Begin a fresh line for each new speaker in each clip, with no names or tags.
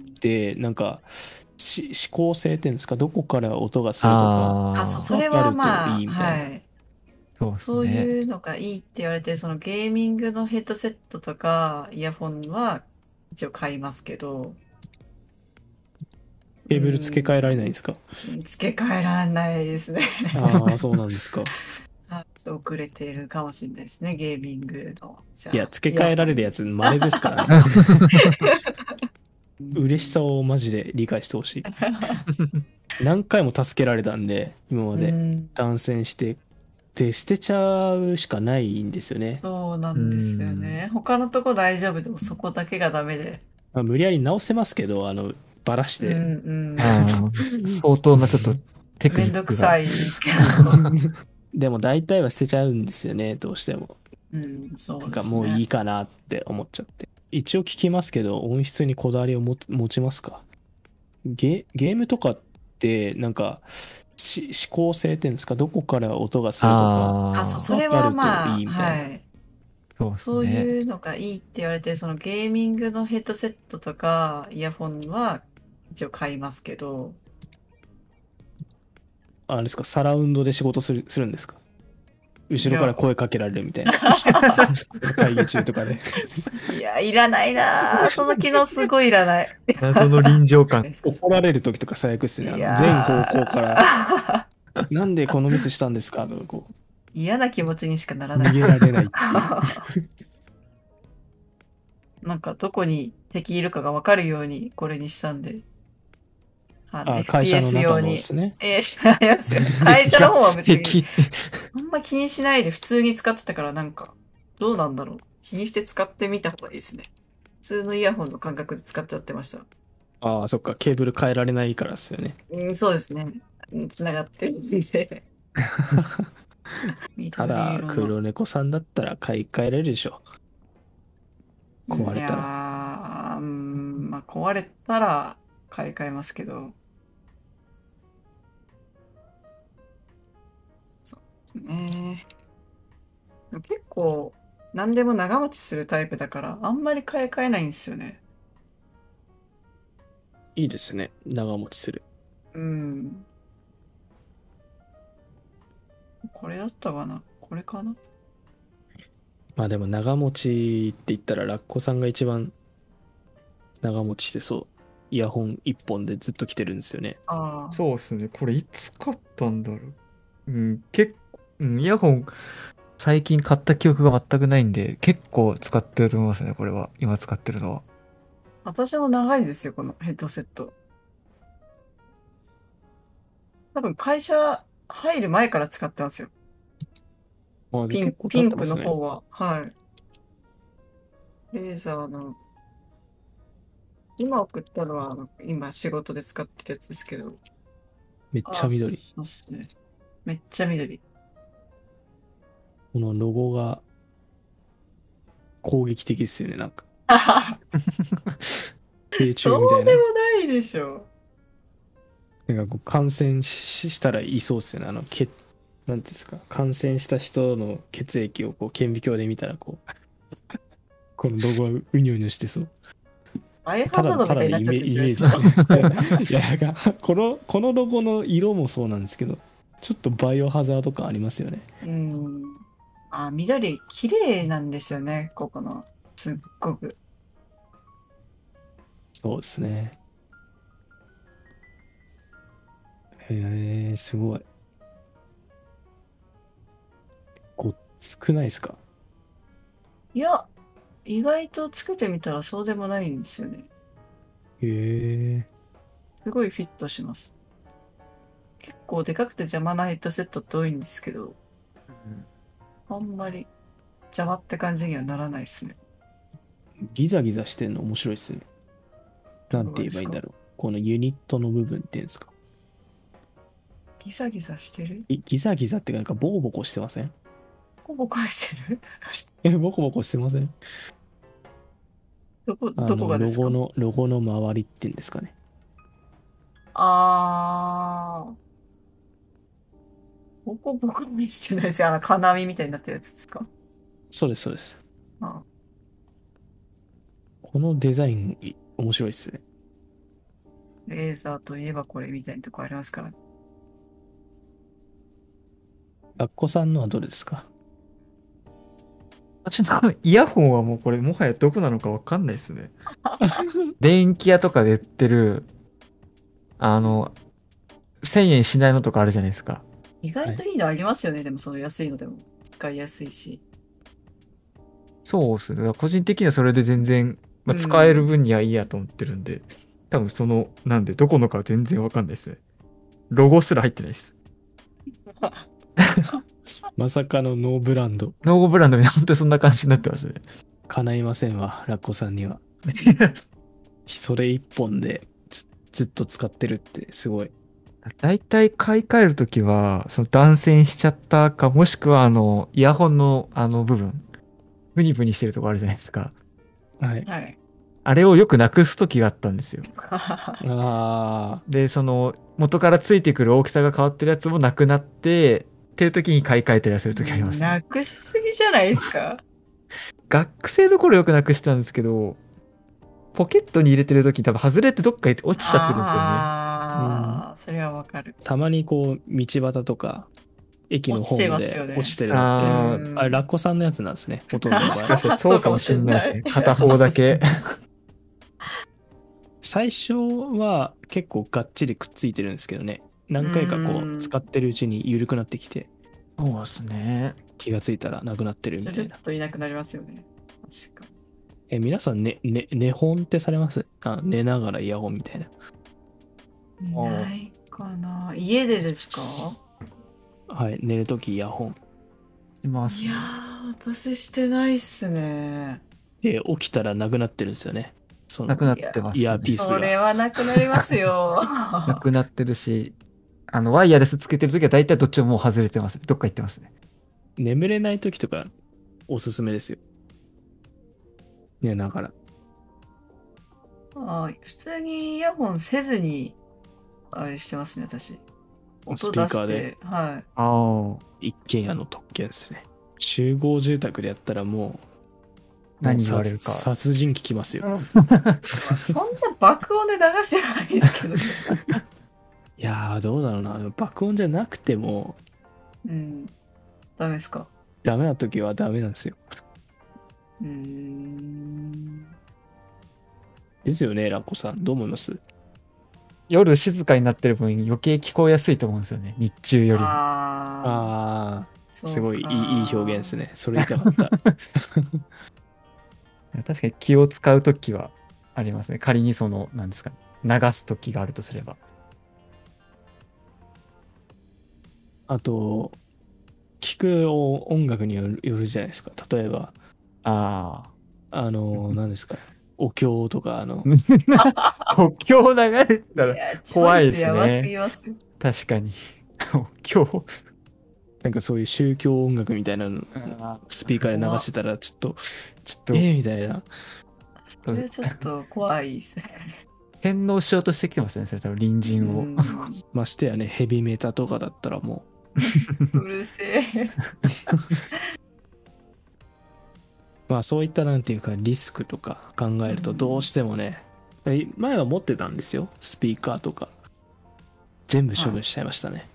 ってなんかし指向性っていうんですかどこから音がするとか
あ
あ
あ
そうそれはまあ
わかるといいみた
はいい
そうです
そう
ね
いうのがいいって言われてるそのゲーミングのヘッドセットとかイヤホンは一応買いますけど
ケーブル付け替えられないんですか、
付け替えられないですね
あ あそうなんですか
あちょっと遅れているかもしれないですねゲーミングのじゃあ
いや付け替えられるやつ稀ですからね嬉しさをマジで理解してほ しい何回も助けられたんで今まで、
うん
断線してで捨てちゃうしかないんですよね、
そうなんですよね他のとこ大丈夫でもそこだけがダメで
まあ、無理やり直せますけどあのバラして、
うんうん
あ ー相当なちょっとテク
め
ニック
ん
が
どくさいですけど
でも大体は捨てちゃうんですよねどうしても
うんそう
な
で
ん
す
か
ね
もういいかなって思っちゃって一応聞きますけど音質にこだわりを持持ちますかゲゲームとかってなんかし指向性っていうんですかどこから音がするとか
あー
あそうそれはまあ
わかるといいみた
はいい
そうです
そう
ね
いうのがいいって言われてるそのゲーミングのヘッドセットとかイヤホンは一応買いますけど
あれですかサラウンドで仕事するするんですか後ろから声かけられるみた いな会議中とかで
いやいらない なぁその機能すごいいらない
謎の臨場
い い
感
ですか
怒られる時とか最悪ですねあの
いやー
全方向から「なんでこのミスしたんですか?」とか こ
嫌な気持ちにしかな
う
ら
逃
な
げ
い
られないっていう
なんかどこに敵いるかが分かるようにこれにしたんであの
あ会社の
FPS 用
中の
に
ですね
えー、しないですよ。会社の方は 別
敵っ
に、
て
あんま気にしないで普通に使ってたから、なんか、どうなんだろう。気にして使ってみた方がいいですね。普通のイヤホンの感覚で使っちゃってました。
ああそっかケーブル変えられないからですよね
うん、そうですね。つながってるん で。緑
た
色
だ
の
黒猫さんだったら買い替えられるでしょ壊れ
い
たら
やーうん、まあ壊れたら買い替えますけど。そうですね。でも結構、何でも長持ちするタイプだから、あんまり買い替えないんですよね。
いいですね長持ちする
うん。これだったかなこれかな
まあでも長持ちって言ったらラッコさんが一番長持ちしてそうイヤホン一本でずっと来てるんですよね
ああ。
そうですね。これいつ買ったんだろう。うん、結構、うん、イヤホン、最近買った記憶が全くないんで、結構使ってると思いますね、これは。今使ってるのは。
私も長いんですよ、このヘッドセット。多分会社入る前から使ってますよ。
あじ
ピ
ゃあ
ン
結構
ピ
経っ
ン
てま
ク
す
の
ね
方は。はい。レーザーの。今送ったのは、あの今仕事で使ってるやつですけど。めっ
めっちゃ緑
そうっすね。めっちゃ 緑。
このロゴが攻撃的ですよねなん か成
ど
虫みた
う
いな
でもないでしょ。
なんかこう感染ししたらいそうですよねあのけなんていうんですか感染した人の血液をこう顕微鏡で見たらこう このロゴがうにょうにょしてそう
バイオハ
た
ザー
だ
ドみ
た
た
だイ
いにな
メ
っちゃってるじゃない
ー
で
ジ
す か。
いやなんかこのこのロゴの色もそうなんですけどちょっとバイオハザード感ありますよね
うん。あ、緑、綺麗なんですよね、ここの。すっごく。
そうですねへえすごいごっつくないですか
いや、意外とつけてみたらそうでもないんですよね。
へえ
すごいフィットします。結構でかくて邪魔なヘッドセットって多いんですけど、あんまり邪魔って感じにはならないですね。
ギザギザしてんの面白いですねなんて言えばいいんだろうこのユニットの部分っていうんですか
ギザギザしてる
ギギザギザっていうかなんかボコボコしてま せん
ボコボコしてる
えボコボコしてません
どこ、
あ
どこ
の
が
ロ
ですか
ゴのロゴの周りっていうんですかね
あー。ボコボコにしてないですよ。あの、金網みたいになってるやつですか
そうですそうです
あ
このデザインい面白いですね
レーザーといえばこれみたいなとこありますから。
学校さんのはどれですか
あちなみにイヤホンはもうこれもはやどこなのかわかんないです ね。電気屋とかで売ってる、あの、1000円しないのとかあるじゃないですか。
意外といいのありますよね、でもその安いのでも。使いやすい し。
そうですね。だから個人的にはそれで全然、まあ、使える分にはいいやと思ってるんで、多分その、なんでどこのかは全然わかんないですね。ロゴすら入ってないです。
まさかのノーブランド。
ノーゴブランドみたいな、本当にそんな感じになってますね。
叶いませんわ、ラッコさんに は。それ一本でずずっと使ってるってすごい。
大体買い替えるときは、その断線しちゃったか、もしくはあの、イヤホンのあの部分、ブニブニしてるとこあるじゃないですか。
はい。
はい。
あれをよくなくすときがあったんですよ。
あ
で、その、元からついてくる大きさが変わってるやつもなくなって、っていう時に買い替えたりはするときあります、
な
ね。
くしすぎじゃないですか。
学生どころよくなくしたんですけど、ポケットに入れてるとき多分外れてどっかに落ちちゃってるんですよね。
ああ、それはわかる。
ーたまにこう、道端とか、駅のホーム
落ちてますよね
で落ちてる
あ
のって。
うん
あれ、ラッコさんのやつなんですね。ほとんどの場
もし
合
か。してそうかもしんないですね。片方だけ。
最初は結構がっちりくっついてるんですけどね。何回かこ
うん
う、使ってるうちに緩くなってきて、
そうですね。
気がついたらなくなってるみ
ちょ
た
っ
いな。
といなくなりますよね。確かに。
え、皆さん、ね、ね、寝本ってされますあ寝ながらイヤホンみたいな。
い
あー
ないかな。家でですか
はい、寝るときイヤホン。
います
いやー、私してないっすね。
で、起きたらなくなってるんですよね。その
なくなってます、
イヤーピース
それはなくなりま すよ。
なくなってるし、あの、ワイヤレスつけてるときは大体どっちももう外れてます。どっか行ってますね。
眠れないときとか、おすすめですよ。寝ながら。
あー普通にイヤホンせずに、あれしてますね、私。音
スピーカ
出し
ーで
て、はい。
ああ。
一軒家の特権ですね。集合住宅でやったらもう、
何
もう
言われるか
殺殺人聞きますよ。
そんな爆音で流してないで すけど。
いやー、どうだろうな。でも爆音じゃなくても、
うん。ダメですか
ダメなときはダメなんですよ。
うーん。
ですよね、ラッコさん。どう思います
夜静かになってる分余計聞こえやすいと思うんですよね。日中よりも。
ああ、
あー、
そうか
すごいいいいい表現です。ね。それ言いたか った。
確かに気を使うときはありますね。仮にその、なんですか、流すときがあるとすれば。
あと、聞く音楽によるよるじゃないですか。例えば、
あ
あの、何ですか、お経とか、あの、
あ。国境流れてたら、
や
怖いですね
ちょっとやばすぎますよ。
確かに。 今日、
なんかそういう宗教音楽みたいなの、スピーカーで流してたら、ちょっと、
ちょっ
え
と、
ー、みたいな。
それはちょっと怖いですね。
洗脳しようとしてきてますね。それ多分隣
う
人を。
ん
ましてやね、ヘビメタとかだったらも
うるせえ。
う、まあそういった、なんていうか、リスクとか考えると、
うん
どうしてもね、え前は持ってたんですよ、スピーカーとか。全部処分しちゃいましたね。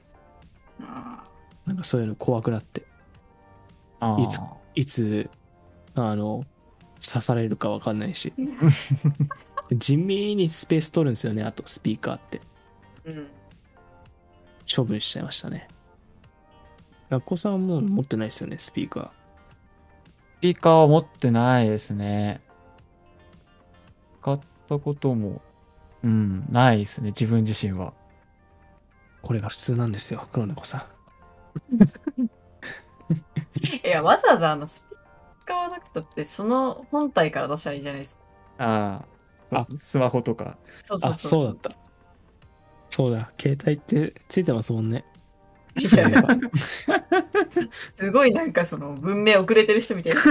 あ
なんかそういうの怖くなって、
あ
いつ
ー
いつ、あの、刺されるかわかんないし。
ー
地味にスペース取るんですよねあとスピーカーって
うん
処分しちゃいましたねラッコさんはもう持ってないですよねスピーカー
スピーカーは持ってないですね。使ったことも、うん、ないですね、自分自身は。
これが普通なんですよ黒猫さん
いや、わざわざあのスピーカー使わなくたって、その本体から出したらいいじゃないですか。
あ
あ
スマホとか。
そうそう
あ
そう
そうだったそうだ携帯ってついてますもんね
いやすごいなんかその文明遅れてる人みたいな。